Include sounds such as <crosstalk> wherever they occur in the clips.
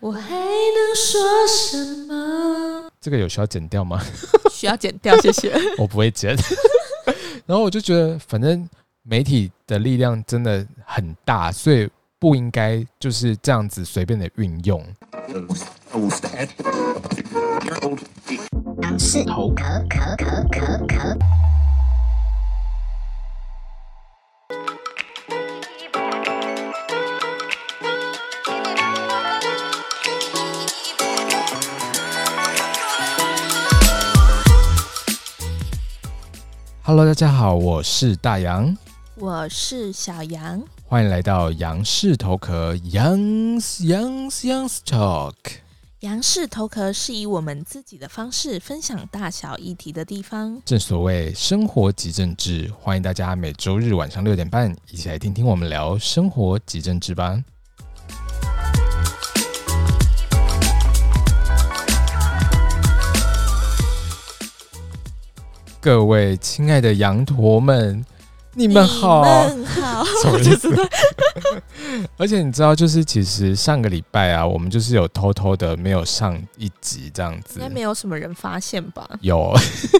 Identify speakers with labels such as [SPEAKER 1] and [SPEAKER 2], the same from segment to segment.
[SPEAKER 1] 我还能说什么？
[SPEAKER 2] 这个有需要剪掉吗？ <laughs>
[SPEAKER 1] 需要剪掉，谢 <laughs> 谢。
[SPEAKER 2] 我不会剪。 <laughs> 然后我就觉得，反正媒体的力量真的很大，所以不应该就是这样子随便的运用。Hello，大家好，我是大杨，
[SPEAKER 1] 我是小杨，
[SPEAKER 2] 欢迎来到杨氏头壳 Young's Young's Young's Talk。
[SPEAKER 1] 杨氏头壳是以我们自己的方式分享大小议题的地方。
[SPEAKER 2] 正所谓生活即政治，欢迎大家每周日晚上六点半一起来听听我们聊生活即政治吧。各位亲爱的羊驼们，你
[SPEAKER 1] 你
[SPEAKER 2] 们好！
[SPEAKER 1] 们好，
[SPEAKER 2] <laughs> 什么意
[SPEAKER 1] 就
[SPEAKER 2] 思
[SPEAKER 1] 知道
[SPEAKER 2] 而且你知道，就是其实上个礼拜啊，我们就是有偷偷的没有上一集这样
[SPEAKER 1] 应
[SPEAKER 2] 子
[SPEAKER 1] 该，没有什么人发现吧？
[SPEAKER 2] 有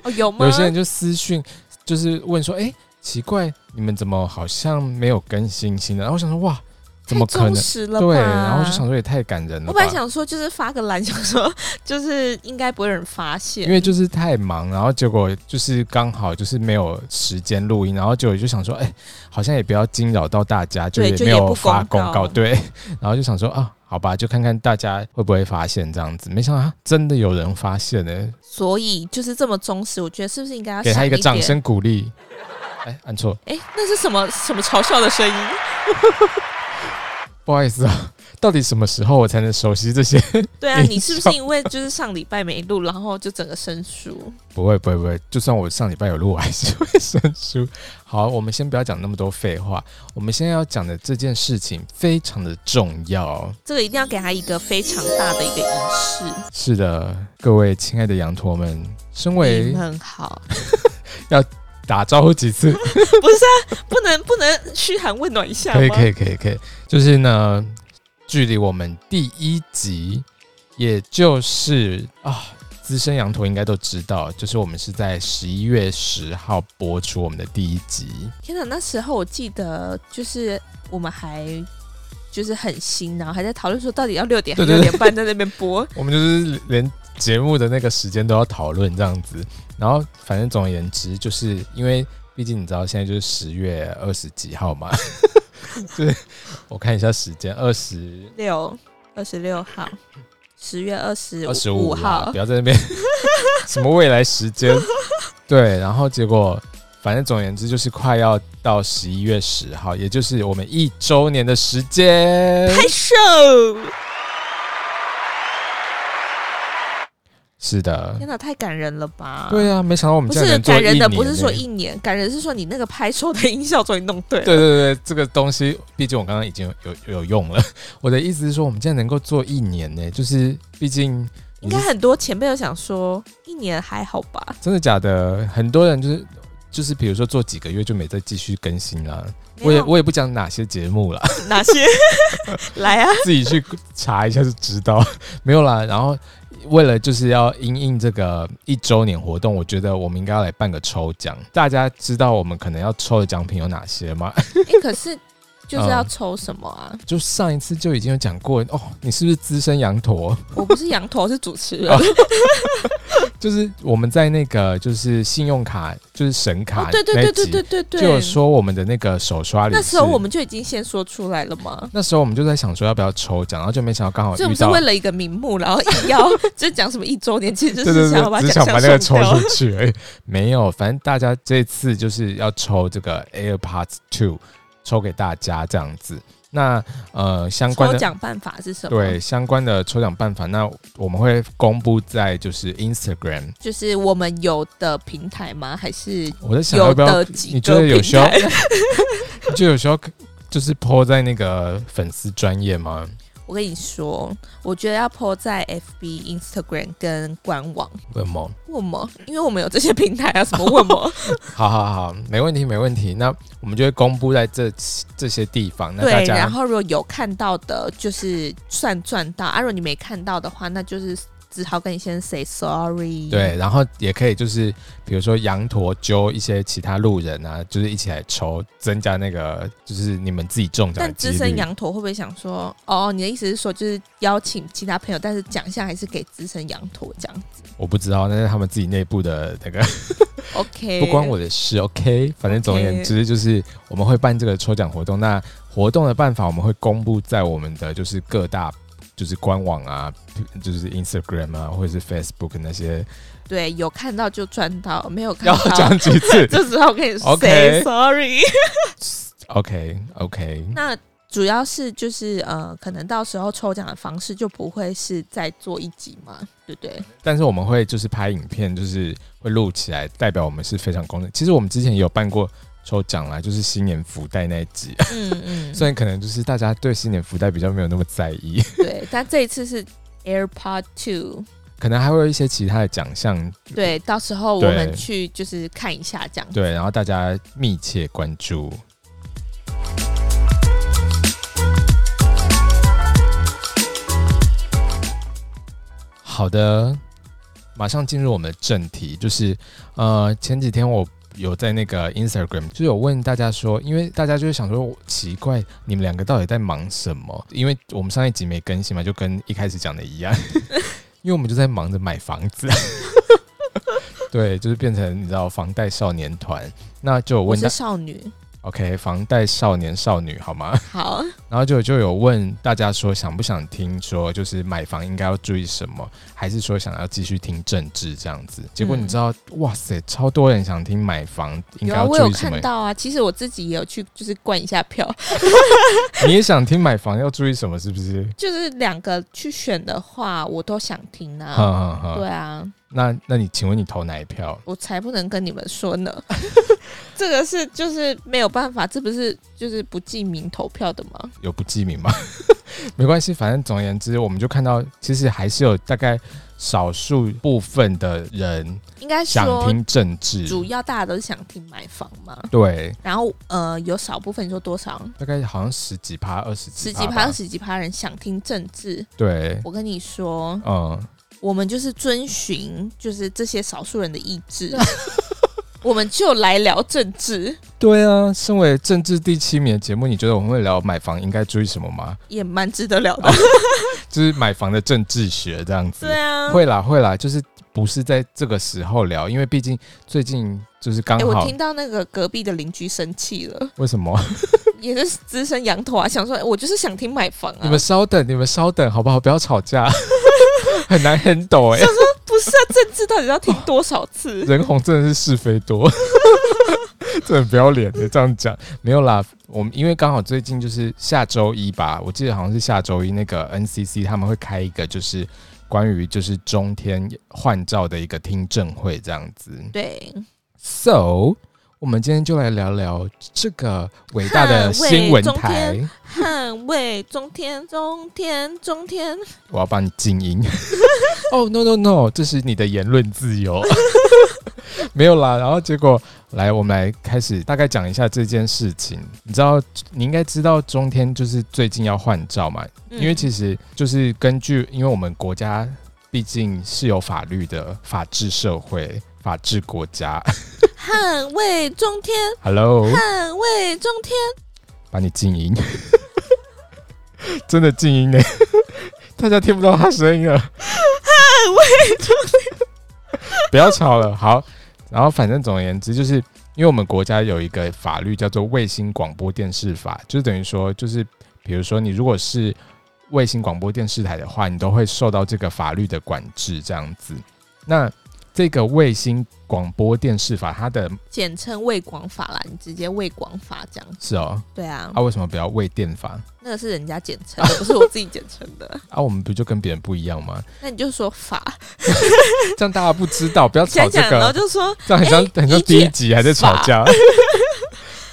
[SPEAKER 1] 哦，有吗？
[SPEAKER 2] 有些人就私讯，就是问说：“哎、奇怪，你们怎么好像没有更新新的？”然后我想说：“哇，怎么可
[SPEAKER 1] 太
[SPEAKER 2] 能
[SPEAKER 1] 忠？”实了吧？
[SPEAKER 2] 对，然后就想，说也太感人了
[SPEAKER 1] 我本
[SPEAKER 2] 吧
[SPEAKER 1] 来，想说就是发个蓝，想说就是应该不会有人发现，
[SPEAKER 2] 因为就是太忙，然后结果就是刚好就是没有时间录音，然后结果就想说：“哎、好像也不要惊扰到大家，就
[SPEAKER 1] 对
[SPEAKER 2] 也
[SPEAKER 1] 就
[SPEAKER 2] 没
[SPEAKER 1] 也
[SPEAKER 2] 有
[SPEAKER 1] 不
[SPEAKER 2] 发
[SPEAKER 1] 公
[SPEAKER 2] 公
[SPEAKER 1] 告
[SPEAKER 2] 告。”对，然后就想说啊。好吧，就看看大家会不会发现这样子。没想到、啊、真的有人发现呢、
[SPEAKER 1] 所以就是这么忠实，我觉得是不是应该要
[SPEAKER 2] 给他
[SPEAKER 1] 想
[SPEAKER 2] 一个
[SPEAKER 1] 啊
[SPEAKER 2] 掌
[SPEAKER 1] 点？
[SPEAKER 2] 声鼓励。哎、按错，
[SPEAKER 1] 哎、那是什么什么嘲笑的声音？
[SPEAKER 2] 不好意思啊。到底什么时候我才能熟悉这些
[SPEAKER 1] 对啊，
[SPEAKER 2] 音
[SPEAKER 1] 你是不
[SPEAKER 2] 效
[SPEAKER 1] 是因为就是上礼拜没录，然后就整个生疏？
[SPEAKER 2] 不会不会不会，就算我上礼拜有录，我还是会生疏。好，我们先不要讲那么多废话，我们现在要讲的这件事情非常的重要。
[SPEAKER 1] 这个一定要给他一个非常大的一个仪式。
[SPEAKER 2] 是的，各位亲爱的羊驼们，身为
[SPEAKER 1] 你很好，
[SPEAKER 2] 打招呼几次，
[SPEAKER 1] 不是啊，不能不能嘘寒问暖一下吗？
[SPEAKER 2] 可以可以可以可以，就是呢，距离我们第一集，也就是啊。资深羊驼应该都知道，就是我们是在十一月十号播出我们的第一集，
[SPEAKER 1] 天哪，那时候我记得就是我们还就是很新，然后还在讨论说到底要六点还
[SPEAKER 2] 对
[SPEAKER 1] 是六
[SPEAKER 2] 对对
[SPEAKER 1] 点半在那边播。
[SPEAKER 2] 我们就是连节目的那个时间都要讨论这样子。然后，反正总而言之，就是因为毕竟你知道现在就是十月二十几号嘛， <laughs> 就是我看一下时间，二十
[SPEAKER 1] 六二十六号，十月二十
[SPEAKER 2] 二十
[SPEAKER 1] 五
[SPEAKER 2] 五
[SPEAKER 1] 号
[SPEAKER 2] 不，要在
[SPEAKER 1] <laughs>
[SPEAKER 2] 那边什么未来时间。对，然后结果反正总而言之就是快要到十一月十号，也就是我们一周年的时间。
[SPEAKER 1] 拍手。
[SPEAKER 2] 嗯是的，
[SPEAKER 1] 天哪，太感人了吧？
[SPEAKER 2] 对啊，没想到我们
[SPEAKER 1] 不
[SPEAKER 2] 竟然
[SPEAKER 1] 是
[SPEAKER 2] 能做
[SPEAKER 1] 感人的，
[SPEAKER 2] 一
[SPEAKER 1] 不是
[SPEAKER 2] 年
[SPEAKER 1] 说
[SPEAKER 2] 欸
[SPEAKER 1] 一年，感人是说你那个拍手的音效终于弄对了。
[SPEAKER 2] 对对对，这个东西，毕竟我刚刚已经有有有用了。 <laughs> 我的意思是说，我们竟然能够做一年呢，就是毕竟
[SPEAKER 1] 应该很多前辈都想说，一年还好吧？
[SPEAKER 2] 真的假的，很多人就是就是比如说做几个月就没再继续更新啦。我也
[SPEAKER 1] 没有
[SPEAKER 2] 我也不讲哪些节目啦， <laughs>
[SPEAKER 1] 哪些来啊？
[SPEAKER 2] 自己去查一下就知道。 <laughs> 没有啦，然后为了就是要因应这个一周年活动，我觉得我们应该要来办个抽奖。大家知道我们可能要抽的奖品有哪些吗？ <laughs>
[SPEAKER 1] 哎、可是就是要抽什么啊？
[SPEAKER 2] 就上一次就已经有讲过哦，你是不是资深羊驼？
[SPEAKER 1] 我不是羊驼，是主持人。
[SPEAKER 2] 哦就是我们在那个就是信用卡就是神
[SPEAKER 1] 哦
[SPEAKER 2] 卡、，那
[SPEAKER 1] 对对对对对
[SPEAKER 2] 集
[SPEAKER 1] 对对，
[SPEAKER 2] 就有说我们的那个手刷礼是
[SPEAKER 1] 那时候我们就已经先说出来了嘛。
[SPEAKER 2] 那时候我们就在想说要不要抽奖，然后就没想到刚好
[SPEAKER 1] 所以我
[SPEAKER 2] 哦遇
[SPEAKER 1] 们是
[SPEAKER 2] 到
[SPEAKER 1] 为了一个名目，然后硬要 <laughs> 就讲什么一周年，其实就
[SPEAKER 2] 对
[SPEAKER 1] 是
[SPEAKER 2] 对
[SPEAKER 1] 想要把
[SPEAKER 2] 对，只
[SPEAKER 1] 奖项
[SPEAKER 2] 想把那个
[SPEAKER 1] 送
[SPEAKER 2] 抽
[SPEAKER 1] 掉。
[SPEAKER 2] 出去而已，没有，反正大家这次就是要抽这个 AirPods Two，抽给大家这样子。那呃相关
[SPEAKER 1] 抽
[SPEAKER 2] 的
[SPEAKER 1] 奖办法是什么？
[SPEAKER 2] 对，相关的抽奖办法，那我们会公布在就是 Instagram。
[SPEAKER 1] 就是我们有的平台吗？还是
[SPEAKER 2] 我在想
[SPEAKER 1] 有
[SPEAKER 2] 要不要
[SPEAKER 1] 的几
[SPEAKER 2] 你觉
[SPEAKER 1] 个
[SPEAKER 2] 得有
[SPEAKER 1] 平
[SPEAKER 2] 需要 <laughs>
[SPEAKER 1] 台？
[SPEAKER 2] 就有时候就是 po 在那个粉丝专业吗？
[SPEAKER 1] 我跟你说，我觉得要 po 在 FB、Instagram 跟官网。
[SPEAKER 2] 问梦，
[SPEAKER 1] 问么？因为我们有这些平台啊，什么问么？
[SPEAKER 2] 好好好，没问题没问题。那我们就会公布在这这些地方， <laughs> 那大
[SPEAKER 1] 对，
[SPEAKER 2] 家
[SPEAKER 1] 然后如果有看到的，就是算赚到；啊，如果你没看到的话，那就是只好跟你先 say sorry。
[SPEAKER 2] 对，然后也可以就是比如说羊驼揪一些其他路人啊，就是一起来抽，增加那个就是你们自己中奖的
[SPEAKER 1] 但
[SPEAKER 2] 几
[SPEAKER 1] 资深
[SPEAKER 2] 率。
[SPEAKER 1] 羊驼会不会想说，哦，你的意思是说，就是邀请其他朋友，但是奖项还是给资深羊驼这样子
[SPEAKER 2] 我不知道，那是他们自己内部的那个，
[SPEAKER 1] ？OK，
[SPEAKER 2] 不关我的事。OK，反正总而言之就是我们会办这个抽奖活动。那活动的办法我们会公布在我们的就是各大就是官网啊，就是 Instagram 啊，或者是 Facebook 那些。
[SPEAKER 1] 对，有看到就赚到，没有看
[SPEAKER 2] 要
[SPEAKER 1] 到
[SPEAKER 2] 讲 <laughs> 几次
[SPEAKER 1] 就只好跟你
[SPEAKER 2] <laughs> OK
[SPEAKER 1] say sorry。
[SPEAKER 2] ？OK OK，
[SPEAKER 1] 那主要是就是呃，可能到时候抽奖的方式就不会是再做一集嘛，对不对？
[SPEAKER 2] 但是我们会就是拍影片，就是会录起来，代表我们是非常公正。其实我们之前也有办过抽奖啦，就是新年福袋那一集， <laughs>
[SPEAKER 1] 嗯嗯，
[SPEAKER 2] 虽然可能就是大家对新年福袋比较没有那么在意，
[SPEAKER 1] <laughs> 对。但这一次是 AirPod Two，
[SPEAKER 2] 可能还会有一些其他的奖项，
[SPEAKER 1] 对，到时候我们
[SPEAKER 2] 对
[SPEAKER 1] 去就是看一下这样。
[SPEAKER 2] 对，然后大家密切关注。好的，马上进入我们的正题，就是呃，前几天我有在那个 Instagram 就有问大家说，因为大家就是想说，奇怪，你们两个到底在忙什么？因为我们上一集没更新嘛，就跟一开始讲的一样， <laughs> 因为我们就在忙着买房子。 <laughs> 对，就是变成你知道房贷少年团，那就有
[SPEAKER 1] 我
[SPEAKER 2] 问
[SPEAKER 1] 是
[SPEAKER 2] 大
[SPEAKER 1] 少女，
[SPEAKER 2] OK 房贷少年少女好吗？
[SPEAKER 1] 好，
[SPEAKER 2] 然后就就有问大家说，想不想听说就是买房应该要注意什么，还是说想要继续听政治这样子？结果你知道，哇塞，超多人想听买房应
[SPEAKER 1] 有
[SPEAKER 2] 该
[SPEAKER 1] 啊，
[SPEAKER 2] 要
[SPEAKER 1] 我
[SPEAKER 2] 注
[SPEAKER 1] 有
[SPEAKER 2] 意什么
[SPEAKER 1] 看？到啊。其实我自己也有去，就是灌一下票，
[SPEAKER 2] 你也想听买房要注意什么？是不是？
[SPEAKER 1] 就是两个去选的话，我都想听
[SPEAKER 2] 哈
[SPEAKER 1] 啊。
[SPEAKER 2] 哈哈。
[SPEAKER 1] 对啊，
[SPEAKER 2] 那那你请问你投哪一票？
[SPEAKER 1] 我才不能跟你们说呢。 <laughs> 这个是就是没有办法，这不是就是不记名投票的吗？
[SPEAKER 2] 有不记名吗？ <laughs> 没关系，反正总而言之，我们就看到其实还是有大概少数部分的人
[SPEAKER 1] 应该
[SPEAKER 2] 想
[SPEAKER 1] 说
[SPEAKER 2] 听政治，
[SPEAKER 1] 主要大家都是想听买房嘛。
[SPEAKER 2] 对，
[SPEAKER 1] 然后呃，有少部分你说多少？
[SPEAKER 2] 大概好像十几趴、二十
[SPEAKER 1] 十
[SPEAKER 2] 几
[SPEAKER 1] 几
[SPEAKER 2] 吧
[SPEAKER 1] 趴、二十几趴人想听政治。
[SPEAKER 2] 对，
[SPEAKER 1] 我跟你说，
[SPEAKER 2] 嗯，
[SPEAKER 1] 我们就是遵循就是这些少数人的意
[SPEAKER 2] <laughs>
[SPEAKER 1] 志，我们就来聊政治，
[SPEAKER 2] 对啊。身为政治第七名的节目，你觉得我们会聊买房应该注意什么吗？
[SPEAKER 1] 也蛮值得聊
[SPEAKER 2] 哦
[SPEAKER 1] 的。
[SPEAKER 2] 就是买房的政治学这样子。
[SPEAKER 1] 对啊，
[SPEAKER 2] 会啦，会啦，就是不是在这个时候聊，因为毕竟最近就是刚
[SPEAKER 1] 哎、
[SPEAKER 2] 好、
[SPEAKER 1] 我听到那个隔壁的邻居生气了。 <laughs>
[SPEAKER 2] 为什么？ <laughs>
[SPEAKER 1] 也是资深羊头啊，想说，哎我就是想听买房啊。
[SPEAKER 2] 你们稍等，你们稍等，好不好？不要吵架， <laughs> 很难 handle 哎、
[SPEAKER 1] 不是啊，政治到底要听多少
[SPEAKER 2] <laughs>
[SPEAKER 1] 次？
[SPEAKER 2] 人红真的是是非多， <laughs> 这很不要脸的这样讲。没有啦，我们因为刚好最近就是下周一吧，我记得好像是下周一那个 NCC 他们会开一个就是关于就是中天换照的一个听证会这样子。
[SPEAKER 1] 对，
[SPEAKER 2] So，我们今天就来聊聊这个伟大的
[SPEAKER 1] 捍卫
[SPEAKER 2] 新闻
[SPEAKER 1] 中
[SPEAKER 2] 台。
[SPEAKER 1] 捍卫中天，中天，中天，
[SPEAKER 2] 我要帮你静 <laughs> 音。哦、n o no no，这是你的言论自由。 <laughs> 没有啦，然后结果来，我们来开始大概讲一下这件事情。你知道，你应该知道中天就是最近要换照嘛，因为其
[SPEAKER 1] 实
[SPEAKER 2] 实就是根据，因为我们国家毕竟是有法律的法治社会、法治国家。 <laughs>
[SPEAKER 1] 捍卫中天，
[SPEAKER 2] Hello，
[SPEAKER 1] 捍卫中天，
[SPEAKER 2] 把你静音， <laughs> 真的静音呢，欸大家听不到他声音了。
[SPEAKER 1] 捍卫中
[SPEAKER 2] 不要吵了。好，然后反正总而言之，就是因为我们国家有一个法律叫做《卫星广播电视法》，就是等于说，就是比如说你如果是卫星广播电视台的话，你都会受到这个法律的管制，这样子。那这个卫星广播电视法，它的
[SPEAKER 1] 简称卫广法啦，你直接卫广法这样。
[SPEAKER 2] 是哦，
[SPEAKER 1] 对啊，
[SPEAKER 2] 啊，为什么不要卫电法？
[SPEAKER 1] 那个是人家简称
[SPEAKER 2] <laughs>
[SPEAKER 1] 的，不是我自己简称的。
[SPEAKER 2] 啊，我们不就跟别人不一样吗？
[SPEAKER 1] 那你就说法，
[SPEAKER 2] 这样大家不知道，不要吵
[SPEAKER 1] 讲
[SPEAKER 2] 这
[SPEAKER 1] 讲，然后
[SPEAKER 2] 个，
[SPEAKER 1] 就说
[SPEAKER 2] 这样很像、
[SPEAKER 1] 哎
[SPEAKER 2] 很像
[SPEAKER 1] 一 <laughs>
[SPEAKER 2] 第一
[SPEAKER 1] 卷
[SPEAKER 2] 集还在吵
[SPEAKER 1] 法
[SPEAKER 2] 架。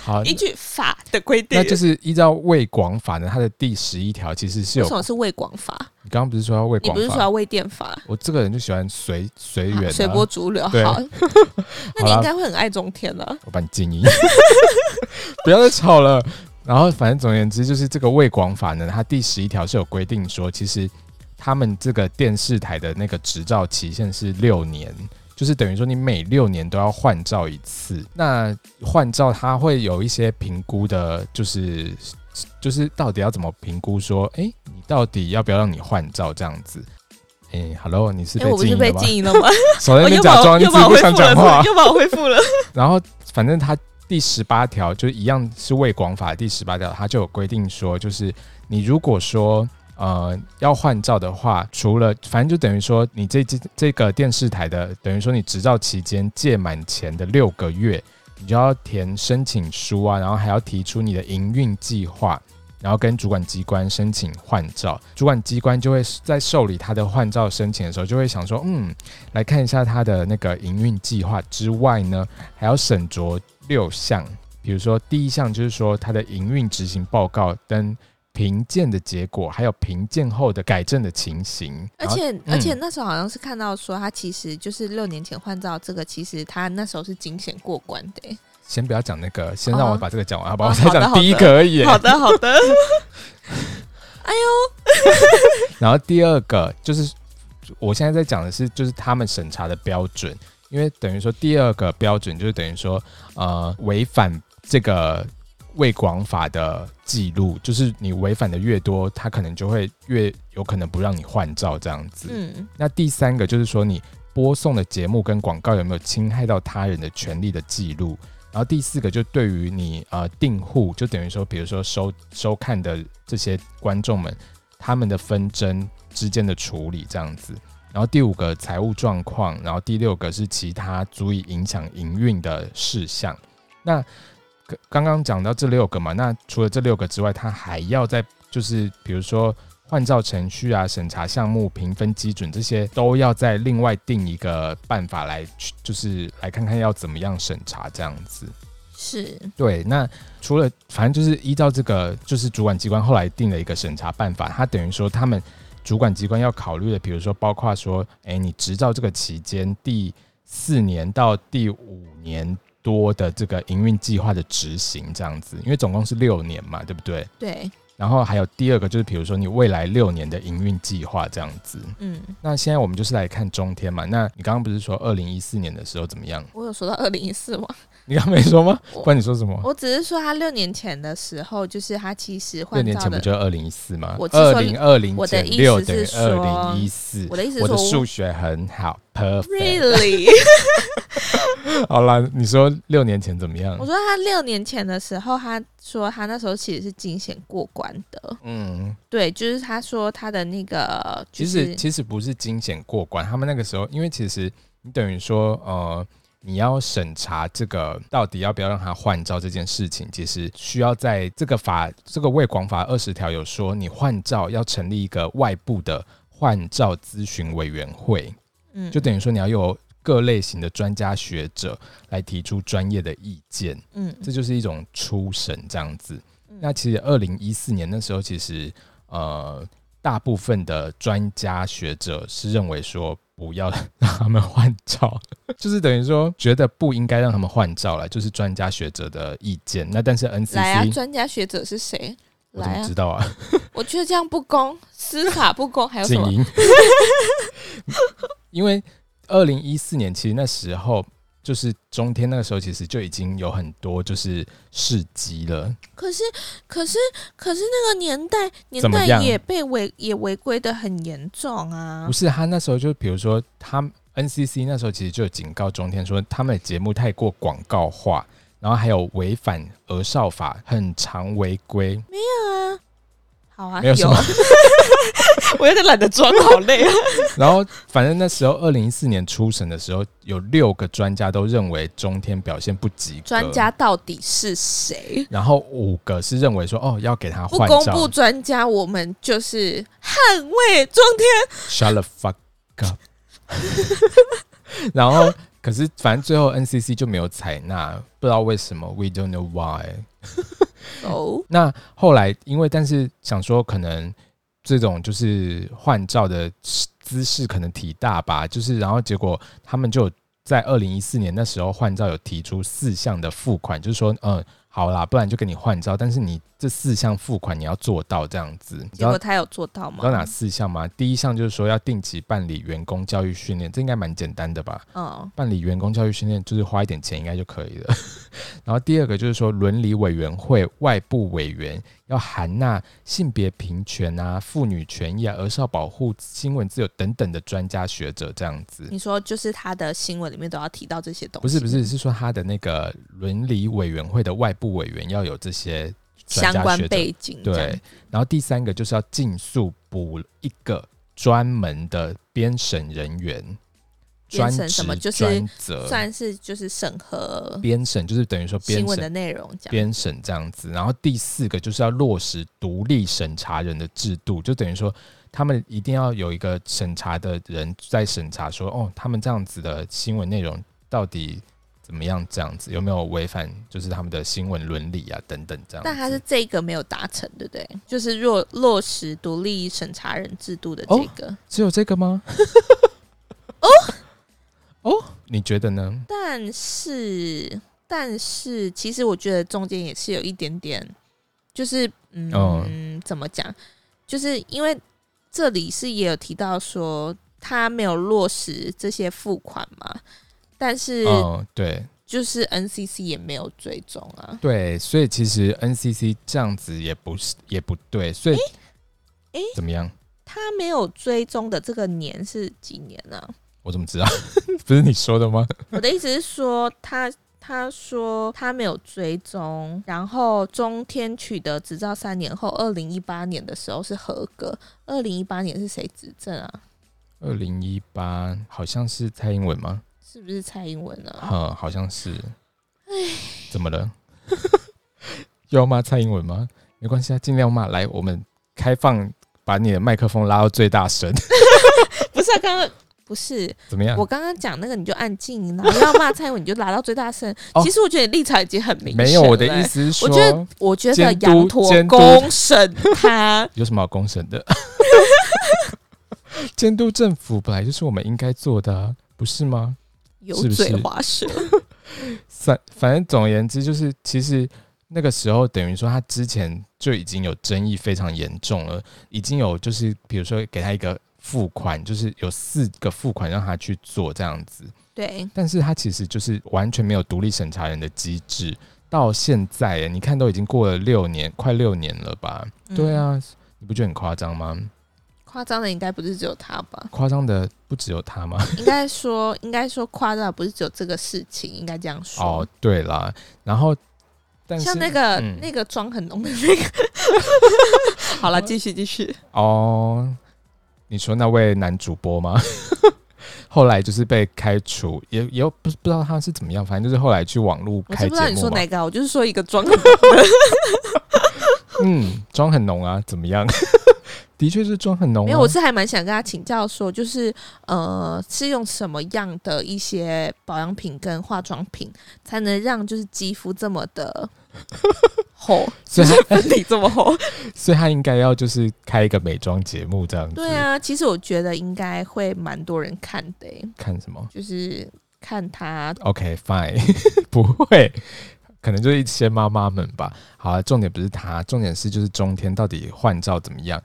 [SPEAKER 2] 好，
[SPEAKER 1] 依据法的规定，
[SPEAKER 2] 那就是依照《魏广法》呢，它的第十一条其实是
[SPEAKER 1] 为
[SPEAKER 2] 有
[SPEAKER 1] 什，么是未广法？
[SPEAKER 2] 你刚刚不是说要魏
[SPEAKER 1] 你
[SPEAKER 2] 广
[SPEAKER 1] 不是说
[SPEAKER 2] 法？
[SPEAKER 1] 要未电法？
[SPEAKER 2] 我这个人就喜欢随随缘、啊，
[SPEAKER 1] 好随波逐流。
[SPEAKER 2] 对 <laughs>
[SPEAKER 1] 好，那你应
[SPEAKER 2] 好啦
[SPEAKER 1] 该会很爱中天啊了。
[SPEAKER 2] 我把你静音， <laughs> 不要再吵了。然后，反正总而言之，就是这个《卫广法》呢，它第十一条是有规定说，其实他们这个电视台的那个执照期限是六年，就是等于说你每六年都要换照一次。那换照它会有一些评估的，就是就是到底要怎么评估说，诶，你到底要不要让你换照这样子？诶 h e l l o 你是
[SPEAKER 1] 哎、
[SPEAKER 2] 被
[SPEAKER 1] 我不
[SPEAKER 2] 静
[SPEAKER 1] 是
[SPEAKER 2] 音
[SPEAKER 1] 被
[SPEAKER 2] 了吗？
[SPEAKER 1] 禁淫了吗？
[SPEAKER 2] 手在那
[SPEAKER 1] 我
[SPEAKER 2] 边
[SPEAKER 1] 又
[SPEAKER 2] 假
[SPEAKER 1] 把
[SPEAKER 2] 装
[SPEAKER 1] 我
[SPEAKER 2] 自
[SPEAKER 1] 又把
[SPEAKER 2] 己
[SPEAKER 1] 我
[SPEAKER 2] 不
[SPEAKER 1] 恢
[SPEAKER 2] 想
[SPEAKER 1] 复
[SPEAKER 2] 讲话
[SPEAKER 1] 了，。又把我恢复了。
[SPEAKER 2] 然后反正它第十八条就是一样是《魏广法》第十八条，它就有规定说，就是你如果说呃要换照的话，除了反正就等于说你这这这个电视台的，等于说你执照期间届满前的六个月，你就要填申请书啊，然后还要提出你的营运计划。然后跟主管机关申请换照，主管机关就会在受理他的换照申请的时候，就会想说，嗯，来看一下他的那个营运计划之外呢，还要审酌六项，比如说第一项就是说它的营运执行报告跟评鉴的结果，还有评鉴后的改正的情形。
[SPEAKER 1] 而
[SPEAKER 2] 然后嗯
[SPEAKER 1] 且、而且那时候好像是看到说，他其实就是六年前换照这个，其实他那时候是惊险过关的欸、
[SPEAKER 2] 先不要讲那个，先让
[SPEAKER 1] 哦
[SPEAKER 2] 我把这个讲完，好不好？
[SPEAKER 1] 哦
[SPEAKER 2] 我才
[SPEAKER 1] 好的
[SPEAKER 2] 讲
[SPEAKER 1] 好的
[SPEAKER 2] 第一个而已。
[SPEAKER 1] 好的，好 <laughs> 的，哎
[SPEAKER 2] 然后第二个就是我现在在讲的是，就是他们审查的标准，因为等于说第二个标准就是等于说，呃，违反这个未广法的记录，就是你违反的越多，他可能就会越有可能不让你换照这样子。
[SPEAKER 1] 嗯，
[SPEAKER 2] 那第三个就是说，你播送的节目跟广告有没有侵害到他人的权利的记录？然后第四个就对于你呃订户，就等于说，比如说收收看的这些观众们，他们的纷争之间的处理这样子。然后第五个财务状况，然后第六个是其他足以影响营运的事项。那刚刚刚讲到这六个嘛，那除了这六个之外，他还要再就是比如说换照程序啊、审查项目、评分基准这些都要再另外定一个办法来去，就是来看看要怎么样审查这样子。
[SPEAKER 1] 是
[SPEAKER 2] 对，那除了反正就是依照这个，就是主管机关后来定了一个审查办法，它等于说他们主管机关要考虑的，比如说包括说，哎、你执照这个期间第四年到第五年多的这个营运计划的执行这样子，因为总共是六年嘛，对不对？
[SPEAKER 1] 对，
[SPEAKER 2] 然后还有第二个就是，比如说你未来六年的营运计划这样子。
[SPEAKER 1] 嗯，
[SPEAKER 2] 那现在我们就是来看中天嘛。那你刚刚不是说二零一四年的时候怎么样？ <laughs>
[SPEAKER 1] 我有说到二零一四吗？
[SPEAKER 2] 你刚刚没说吗？
[SPEAKER 1] 我
[SPEAKER 2] 不然你说什么？
[SPEAKER 1] 我只是说他六年前的时候，就是他其实
[SPEAKER 2] 六
[SPEAKER 1] 换
[SPEAKER 2] 年
[SPEAKER 1] 照
[SPEAKER 2] 前不
[SPEAKER 1] 的。
[SPEAKER 2] 就二零一四吗
[SPEAKER 1] 我？是
[SPEAKER 2] 二
[SPEAKER 1] 说
[SPEAKER 2] 零二零
[SPEAKER 1] 我的
[SPEAKER 2] 减
[SPEAKER 1] 意思
[SPEAKER 2] 六等于
[SPEAKER 1] 是
[SPEAKER 2] 二
[SPEAKER 1] 说
[SPEAKER 2] 零一四。
[SPEAKER 1] 我的意思是
[SPEAKER 2] 我的
[SPEAKER 1] 说
[SPEAKER 2] 数学很好，perfect。
[SPEAKER 1] ，really，
[SPEAKER 2] <laughs> 好啦，你说六年前怎么样
[SPEAKER 1] 我？说他六年前的时候，他说他那时候其实是惊险过关的，
[SPEAKER 2] 嗯，
[SPEAKER 1] 对，就是他说他的那个，就
[SPEAKER 2] 其
[SPEAKER 1] 是
[SPEAKER 2] 实其实不是惊险过关，他们那个时候，因为其实你等于说，呃，你要审查这个到底要不要让他换照这件事情，其实需要在这个法这个《未广法》二十条有说，你换照要成立一个外部的换照咨询委员会，
[SPEAKER 1] 嗯，
[SPEAKER 2] 就等于说你要有各类型的专家学者来提出专业的意见。
[SPEAKER 1] 嗯，
[SPEAKER 2] 这就是一种初审这样子
[SPEAKER 1] 嗯。
[SPEAKER 2] 那其实二零一四年那时候，其实呃，大部分的专家学者是认为说不要让他们换照， <laughs> 就是等于说觉得不应该让他们换照了，就是专家学者的意见。那但是
[SPEAKER 1] 来啊，
[SPEAKER 2] NCC
[SPEAKER 1] 专家学者是谁？
[SPEAKER 2] 我怎
[SPEAKER 1] 来
[SPEAKER 2] 么
[SPEAKER 1] 啊
[SPEAKER 2] 知，道啊？
[SPEAKER 1] 我觉得这样不公，司法不公，还有什
[SPEAKER 2] 静
[SPEAKER 1] 么？
[SPEAKER 2] 音， <laughs> 因为二零一四年其实那时候就是中天那个时候，其实就已经有很多就是事迹了。
[SPEAKER 1] 可是，可是，可是那个年代，年
[SPEAKER 2] 怎么
[SPEAKER 1] 代
[SPEAKER 2] 样
[SPEAKER 1] 也被违也违规的很严重啊
[SPEAKER 2] 不。是他那时候就比如说他 NCC 那时候其实就有警告中天说他们的节目太过广告化，然后还有违反儿少法，很常违
[SPEAKER 1] <laughs>
[SPEAKER 2] 规。
[SPEAKER 1] 好啊，
[SPEAKER 2] 没有什么 <laughs> 呃
[SPEAKER 1] 我有点懒得装，好累啊。
[SPEAKER 2] 然后反正那时候二零一四年初审的时候，有六个专家都认为中天表现不及格，
[SPEAKER 1] 专家到底是谁？
[SPEAKER 2] 然后五个是认为说哦要给他
[SPEAKER 1] 不
[SPEAKER 2] 换
[SPEAKER 1] 公
[SPEAKER 2] 照
[SPEAKER 1] 布专家，我们就是捍卫中天。
[SPEAKER 2] Shut the fuck up <laughs> 。然后可是反正最后 NCC 就没有采纳，不知道为什么，We don't know why。嗯
[SPEAKER 1] 哦，
[SPEAKER 2] 那后来因为但是想说可能这种就是换照的姿势可能体大吧，就是然后结果他们就有在二零一四年那时候换照有提出四项的付款，就是说嗯好啦，不然就给你换照，但是你这四项付款你要做到这样子，你知
[SPEAKER 1] 结
[SPEAKER 2] 道
[SPEAKER 1] 果他有做到吗？
[SPEAKER 2] 你知道哪四项吗？第一项就是说要定期办理员工教育训练，这应该蛮简单的吧？
[SPEAKER 1] 嗯，
[SPEAKER 2] 办理员工教育训练就是花一点钱应该就可以了。 <laughs> 然后第二个就是说，伦理委员会外部委员要涵纳性别平权啊、妇女权益啊、儿少保护、新闻自由等等的专家学者这样子。
[SPEAKER 1] 你说就是他的新闻里面都要提到这些东西，
[SPEAKER 2] 不是不是，是说他的那个伦理委员会的外部委员要有这些专
[SPEAKER 1] 相
[SPEAKER 2] 家
[SPEAKER 1] 关
[SPEAKER 2] 学者
[SPEAKER 1] 背景嗯这样
[SPEAKER 2] 对，然后第三个就是要尽速补一个专门的编审人员，专
[SPEAKER 1] 编
[SPEAKER 2] 职
[SPEAKER 1] 审什么就是
[SPEAKER 2] 专责
[SPEAKER 1] 算是就是审核
[SPEAKER 2] 编审，就是等于说
[SPEAKER 1] 新
[SPEAKER 2] 编
[SPEAKER 1] 闻的
[SPEAKER 2] 审
[SPEAKER 1] 内容这样。
[SPEAKER 2] 编审这样子。然后第四个就是要落实独立审查人的制度，就等于说他们一定要有一个审查的人在审查说，哦，他们这样子的新闻内容到底。怎么样？这样子有没有违反就是他们的新闻伦理啊等等这样子？
[SPEAKER 1] 但他是这个没有达成，对不对？就是若落实独立审查人制度的这
[SPEAKER 2] 哦
[SPEAKER 1] 个，
[SPEAKER 2] 只有这
[SPEAKER 1] <laughs>
[SPEAKER 2] 个吗？哦哦，你觉得呢？
[SPEAKER 1] 但是但是其实我觉得中间也是有一点点，就是嗯，
[SPEAKER 2] 嗯
[SPEAKER 1] 怎么讲？就是因为这里是也有提到说他没有落实这些付款嘛，但是
[SPEAKER 2] 哦，对
[SPEAKER 1] 就是 NCC 也没有追踪啊。
[SPEAKER 2] 对，所以其实 NCC 这样子也不是也不对，所以、
[SPEAKER 1] 诶
[SPEAKER 2] 怎么样？
[SPEAKER 1] 他没有追踪的这个年是几年呢、
[SPEAKER 2] <laughs>
[SPEAKER 1] 啊？
[SPEAKER 2] 我怎么知道？不是你说的吗？
[SPEAKER 1] 我的意思是说，他他说他没有追踪，然后中天取得执照三年后，二零一八年的时候是合格。二零一八年是谁执政啊？
[SPEAKER 2] 二零一八好像是蔡英文吗？
[SPEAKER 1] 是不是蔡英文啊？
[SPEAKER 2] 嗯，好像是。怎么了？ <laughs> 又要骂蔡英文吗？没关系啊，尽量骂。来，我们开放，把你的麦克风拉到最大声， <laughs>
[SPEAKER 1] 不是、啊，刚刚不是
[SPEAKER 2] 怎么样
[SPEAKER 1] 我？刚刚讲那个，你就按静音，然后要骂蔡英文你就拉到最大声。
[SPEAKER 2] 哦
[SPEAKER 1] 其实我觉得你立场已经很明显了、
[SPEAKER 2] 没有，我的意思是说，
[SPEAKER 1] 我觉得我觉得
[SPEAKER 2] 监督
[SPEAKER 1] 羊驼
[SPEAKER 2] 监督。
[SPEAKER 1] 公审他
[SPEAKER 2] 有什么好公审的？ <laughs> 监督政府本来就是我们应该做的、啊，不是吗？
[SPEAKER 1] 油
[SPEAKER 2] 是不是
[SPEAKER 1] 嘴滑舌，
[SPEAKER 2] 反反正总而言之，就是其实那个时候等于说他之前就已经有争议非常严重了，已经有就是比如说给他一个付款，就是有四个付款让他去做这样子，
[SPEAKER 1] 对，
[SPEAKER 2] 但是他其实就是完全没有独立审查人的机制。到现在耶，你看都已经过了六年，快六年了吧？
[SPEAKER 1] 嗯
[SPEAKER 2] 对，啊，你不觉得很夸张吗？
[SPEAKER 1] 夸张的应该不是只有他吧？ <laughs>
[SPEAKER 2] 夸张的不只有他吗？
[SPEAKER 1] 应该说，应该说夸大不是只有这个事情，应该这样说。
[SPEAKER 2] 哦，对啦，然后但是
[SPEAKER 1] 像那个、
[SPEAKER 2] 嗯
[SPEAKER 1] 那个妆很浓的那
[SPEAKER 2] <laughs>
[SPEAKER 1] 个，好了，继续继续。
[SPEAKER 2] 哦，你说那位男主播吗？ <laughs> 后来就是被开除，也也有不不知道他是怎么样，反正就是后来去网络
[SPEAKER 1] 我
[SPEAKER 2] 开
[SPEAKER 1] 是
[SPEAKER 2] 节
[SPEAKER 1] 不知道你
[SPEAKER 2] 目哦
[SPEAKER 1] 说
[SPEAKER 2] 嘛
[SPEAKER 1] 哪。个啊，我就是说一个妆很浓。
[SPEAKER 2] 嗯，妆很浓啊，怎么样？ <laughs> 的确是妆很浓、啊。
[SPEAKER 1] 没有，我是还蛮想跟他请教说，就是呃，是用什么样的一些保养品跟化妆品，才能让就是肌肤这么
[SPEAKER 2] <laughs>
[SPEAKER 1] 的厚，
[SPEAKER 2] 所以他
[SPEAKER 1] 粉底这么
[SPEAKER 2] <laughs>
[SPEAKER 1] 厚？
[SPEAKER 2] 所以他应该要就是开一个美妆节目这样子。
[SPEAKER 1] 对，啊，其实我觉得应该会蛮多人看的欸、
[SPEAKER 2] 看什么
[SPEAKER 1] 就是看他
[SPEAKER 2] ？OK fine，不 <laughs> 会，可能就是一些妈妈们吧。好、啊，重点不是他，重点是就是中天到底换照怎么样？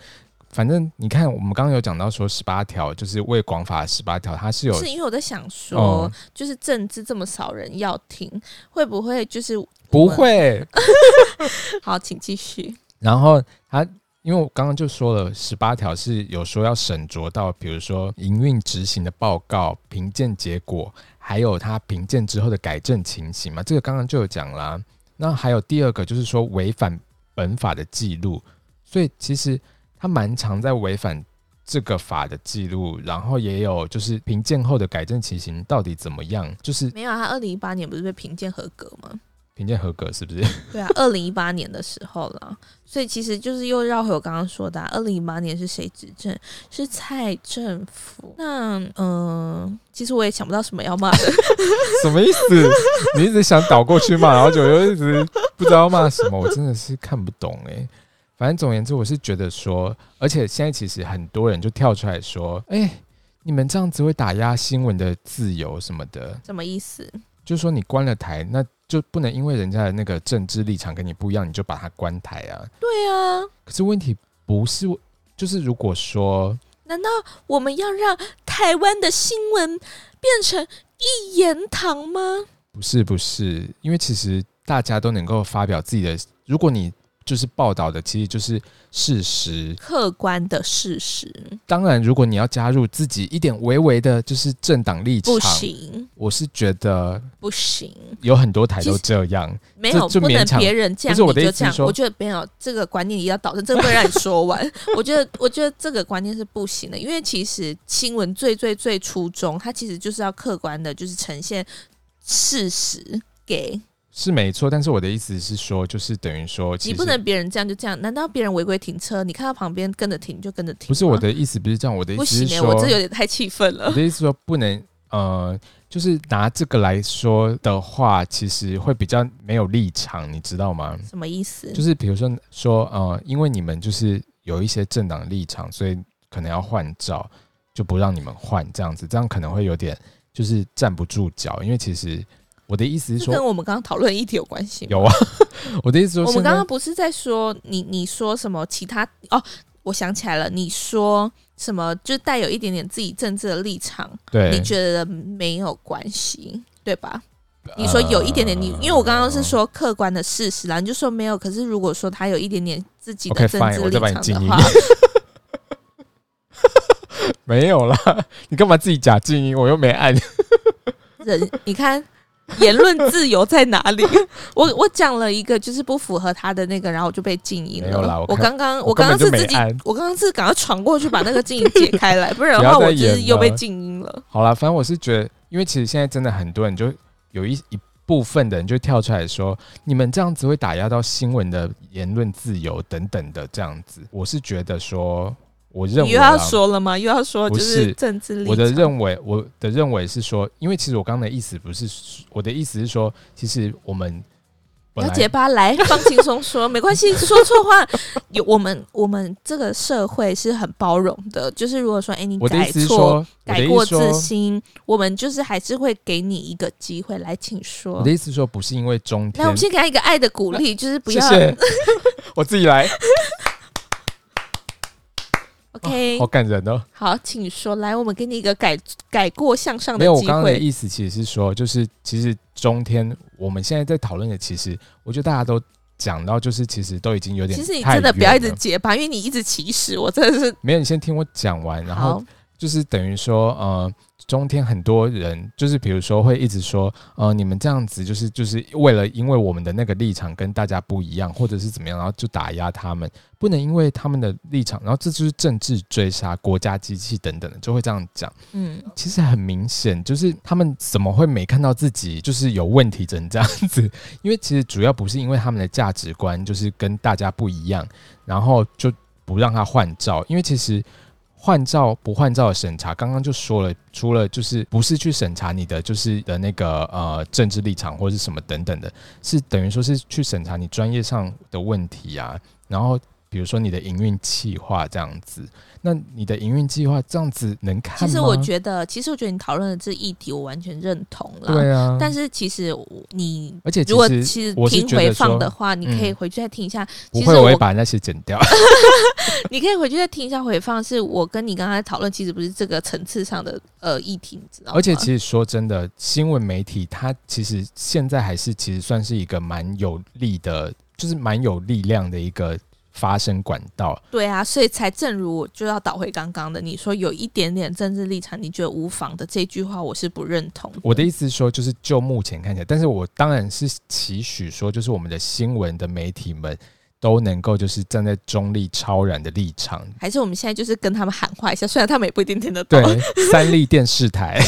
[SPEAKER 2] 反正你看，我们刚刚有讲到说十八条，就是为广法十八条，它是有
[SPEAKER 1] 是因为我在想说，
[SPEAKER 2] 哦
[SPEAKER 1] 就是政治这么少人要听，会不会就是
[SPEAKER 2] 不会。
[SPEAKER 1] 好？请继续。
[SPEAKER 2] 然后它，因为我刚刚就说了，十八条是有说要审酌到，比如说营运执行的报告、评鉴结果，还有它评鉴之后的改正情形嘛。这个刚刚就有讲啦。那还有第二个就是说违反本法的记录，所以其实他蛮常在违反这个法的记录，然后也有就是评鉴后的改正情形到底怎么样，就是
[SPEAKER 1] 没有啊，他二零一八年不是被评鉴合格吗？
[SPEAKER 2] 评鉴合格是不是？
[SPEAKER 1] 对啊，二零一八年的时候了，所以其实就是又绕回我刚刚说的、啊，二零一八年是谁执政？是蔡政府。那嗯、呃其实我也想不到什么要骂的，
[SPEAKER 2] 什么意思？ <laughs> 你一直想倒过去骂，然后就又一直不知道骂什么，我真的是看不懂哎、反正总而言之，我是觉得说，而且现在其实很多人就跳出来说，哎、你们这样子会打压新闻的自由什么的，
[SPEAKER 1] 什么意思？
[SPEAKER 2] 就说你关了台，那就不能因为人家的那个政治立场跟你不一样，你就把它关台啊。
[SPEAKER 1] 对啊，
[SPEAKER 2] 可是问题不是，就是如果说
[SPEAKER 1] 难道我们要让台湾的新闻变成一言堂吗？
[SPEAKER 2] 不是不是，因为其实大家都能够发表自己的，如果你就是报道的，其实就是事实。
[SPEAKER 1] 客观的事实
[SPEAKER 2] 当然，如果你要加入自己一点微微的，就是政党立场
[SPEAKER 1] 不，行，
[SPEAKER 2] 我是觉得
[SPEAKER 1] 不行，
[SPEAKER 2] 有很多台都这样。
[SPEAKER 1] 没有
[SPEAKER 2] 这
[SPEAKER 1] 不能
[SPEAKER 2] 勉强
[SPEAKER 1] 别人这样
[SPEAKER 2] 不是我的
[SPEAKER 1] 你就
[SPEAKER 2] 意思
[SPEAKER 1] 这样
[SPEAKER 2] 是。说
[SPEAKER 1] 我觉得没有这个观念也要导正，这个会让你说
[SPEAKER 2] <laughs>
[SPEAKER 1] 完。我觉得我觉得这个观念是不行的，因为其实新闻最最最初衷，它其实就是要客观的，就是呈现事实给
[SPEAKER 2] 是没错，但是我的意思是说，就是等于说，其
[SPEAKER 1] 你
[SPEAKER 2] 实
[SPEAKER 1] 不能别人这样就这样。难道别人违规停车，你看到旁边跟着停就跟着停吗？
[SPEAKER 2] 不是我的意思，不是这样，我的意
[SPEAKER 1] 不
[SPEAKER 2] 思
[SPEAKER 1] 行
[SPEAKER 2] 是
[SPEAKER 1] 欸
[SPEAKER 2] 说，
[SPEAKER 1] 我这有点太气愤
[SPEAKER 2] 我
[SPEAKER 1] 了。
[SPEAKER 2] 的意思说不能呃，就是拿这个来说的话，其实会比较没有立场，你知道吗？
[SPEAKER 1] 什么意思？
[SPEAKER 2] 就是比如说说呃，因为你们就是有一些政党立场，所以可能要换照，就不让你们换这样子，这样可能会有点就是站不住脚，因为其实我的意思是
[SPEAKER 1] 这
[SPEAKER 2] 说
[SPEAKER 1] 跟我们刚刚讨论的议题有关系吗？
[SPEAKER 2] 有啊，我的意思说
[SPEAKER 1] 我们
[SPEAKER 2] 现在
[SPEAKER 1] 刚刚不是在说你你说什么其他哦？我想起来了，你说什么就是带有一点点自己政治的立场，你
[SPEAKER 2] 对
[SPEAKER 1] 觉得没有关系，对吧？你说有一点点你，
[SPEAKER 2] 呃
[SPEAKER 1] 因为我刚刚是说客观的事实啦，你就说没有。可是如果说他有一点点自己的
[SPEAKER 2] OK，
[SPEAKER 1] 政
[SPEAKER 2] fine，
[SPEAKER 1] 治
[SPEAKER 2] 我
[SPEAKER 1] 立
[SPEAKER 2] 再把你
[SPEAKER 1] 场
[SPEAKER 2] 静
[SPEAKER 1] 的
[SPEAKER 2] 音
[SPEAKER 1] 话，
[SPEAKER 2] 没有啦， <laughs> 你干嘛自己假静音？我又没按。
[SPEAKER 1] 人，你看言论自由在哪里？ <laughs> 我我讲了一个就是不符合他的那个，然后我就被静音
[SPEAKER 2] 没有啦
[SPEAKER 1] 了。
[SPEAKER 2] 我
[SPEAKER 1] <laughs> 我
[SPEAKER 2] 看
[SPEAKER 1] 刚刚
[SPEAKER 2] 我
[SPEAKER 1] 刚刚
[SPEAKER 2] 根
[SPEAKER 1] 是
[SPEAKER 2] 本就
[SPEAKER 1] 自
[SPEAKER 2] 没
[SPEAKER 1] 己
[SPEAKER 2] 按，
[SPEAKER 1] 我刚刚是赶快闯过去把那个静音解开来，不然
[SPEAKER 2] 不
[SPEAKER 1] 的话
[SPEAKER 2] 要
[SPEAKER 1] 我
[SPEAKER 2] 再
[SPEAKER 1] 就是
[SPEAKER 2] 演
[SPEAKER 1] 又被
[SPEAKER 2] 了
[SPEAKER 1] 静音了。
[SPEAKER 2] 好啦，反正我是觉得，因为其实现在真的很多人就有一一部分的人就跳出来说，你们这样子会打压到新闻的言论自由等等的这样子。我是觉得说，我认
[SPEAKER 1] 你
[SPEAKER 2] 为
[SPEAKER 1] 又要
[SPEAKER 2] 啊，
[SPEAKER 1] 说了吗？又要说
[SPEAKER 2] 不
[SPEAKER 1] 就是政治立场？
[SPEAKER 2] 我的认为，我的认为是说，因为其实我刚刚的意思不是，我的意思是说，其实我们
[SPEAKER 1] 你
[SPEAKER 2] 本
[SPEAKER 1] 要
[SPEAKER 2] 来
[SPEAKER 1] 结巴来，放轻松说，没关系，说错话有我们我们这个社会是很包容的，就是如果说哎、你
[SPEAKER 2] 我的意
[SPEAKER 1] 改
[SPEAKER 2] 思是
[SPEAKER 1] 错。
[SPEAKER 2] 说，我的
[SPEAKER 1] 改
[SPEAKER 2] 意
[SPEAKER 1] 过
[SPEAKER 2] 思是
[SPEAKER 1] 自
[SPEAKER 2] 说。
[SPEAKER 1] 新，我们就是还是会给你一个机会来，请说。
[SPEAKER 2] 我的意思是说，不是因为中
[SPEAKER 1] 来，
[SPEAKER 2] 天
[SPEAKER 1] 我们先给他一个爱的鼓励，就是不
[SPEAKER 2] 谢
[SPEAKER 1] 要
[SPEAKER 2] 谢，我自己来，
[SPEAKER 1] OK
[SPEAKER 2] 好感人哦。
[SPEAKER 1] 好，请说。来，我们给你一个改改过向上
[SPEAKER 2] 没
[SPEAKER 1] 的
[SPEAKER 2] 有，我
[SPEAKER 1] 机
[SPEAKER 2] 刚刚的
[SPEAKER 1] 会。
[SPEAKER 2] 意思其实是说，就是其实中天我们现在在讨论的，其实我觉得大家都讲到，就是其实都已经有点
[SPEAKER 1] 其实你
[SPEAKER 2] 太
[SPEAKER 1] 真的不要
[SPEAKER 2] 远
[SPEAKER 1] 一直
[SPEAKER 2] 了
[SPEAKER 1] 结巴，因为你一直歧视我，真的是。
[SPEAKER 2] 没有，你先听我讲完，然后
[SPEAKER 1] 好，
[SPEAKER 2] 就是等于说，呃，中天很多人就是比如说会一直说，呃，你们这样子就是就是为了因为我们的那个立场跟大家不一样，或者是怎么样，然后就打压他们，不能因为他们的立场，然后这就是政治追杀、国家机器等等的，就会这样讲。
[SPEAKER 1] 嗯，
[SPEAKER 2] 其实很明显，就是他们怎么会没看到自己就是有问题成这样子？ <laughs> 因为其实主要不是因为他们的价值观就是跟大家不一样，然后就不让他换照。因为其实换照不换照的审查，刚刚就说了，除了就是不是去审查你的就是的那个呃政治立场或是什么等等的，是等于说是去审查你专业上的问题啊，然后。比如说你的营运计划这样子，那你的营运计划这样子能看
[SPEAKER 1] 其
[SPEAKER 2] 吗？
[SPEAKER 1] 实我觉得，其实我觉得你讨论的这议题，我完全认同了。
[SPEAKER 2] 对啊，
[SPEAKER 1] 但是其实我你
[SPEAKER 2] 而且其
[SPEAKER 1] 如果
[SPEAKER 2] 实
[SPEAKER 1] 其实
[SPEAKER 2] 我是
[SPEAKER 1] 听
[SPEAKER 2] 觉
[SPEAKER 1] 回
[SPEAKER 2] 得
[SPEAKER 1] 放
[SPEAKER 2] 说
[SPEAKER 1] 的话，你可以
[SPEAKER 2] 嗯
[SPEAKER 1] 回去再听一下。
[SPEAKER 2] 不
[SPEAKER 1] 其
[SPEAKER 2] 会，
[SPEAKER 1] 实
[SPEAKER 2] 我
[SPEAKER 1] 我
[SPEAKER 2] 会把那些剪
[SPEAKER 1] <laughs>
[SPEAKER 2] 掉。
[SPEAKER 1] 你可以回去再听一下回放，是我跟你刚才讨论，其实不是这个层次上的呃议题，你知道吗？
[SPEAKER 2] 而且其实说真的，新闻媒体它其实现在还是其实算是一个蛮有力的，就是蛮有力量的一个发声管道。
[SPEAKER 1] 对啊，所以才正如我就要倒回刚刚的，你说有一点点政治立场，你觉得无妨的这句话，我是不认同。
[SPEAKER 2] 我的意思是说，就是就目前看起来，但是我当然是期许说，就是我们的新闻的媒体们都能够就是站在中立超然的立场。
[SPEAKER 1] 还是我们现在就是跟他们喊话一下，虽然他们也不一定哦听得懂。 <laughs>
[SPEAKER 2] 对，三立电视台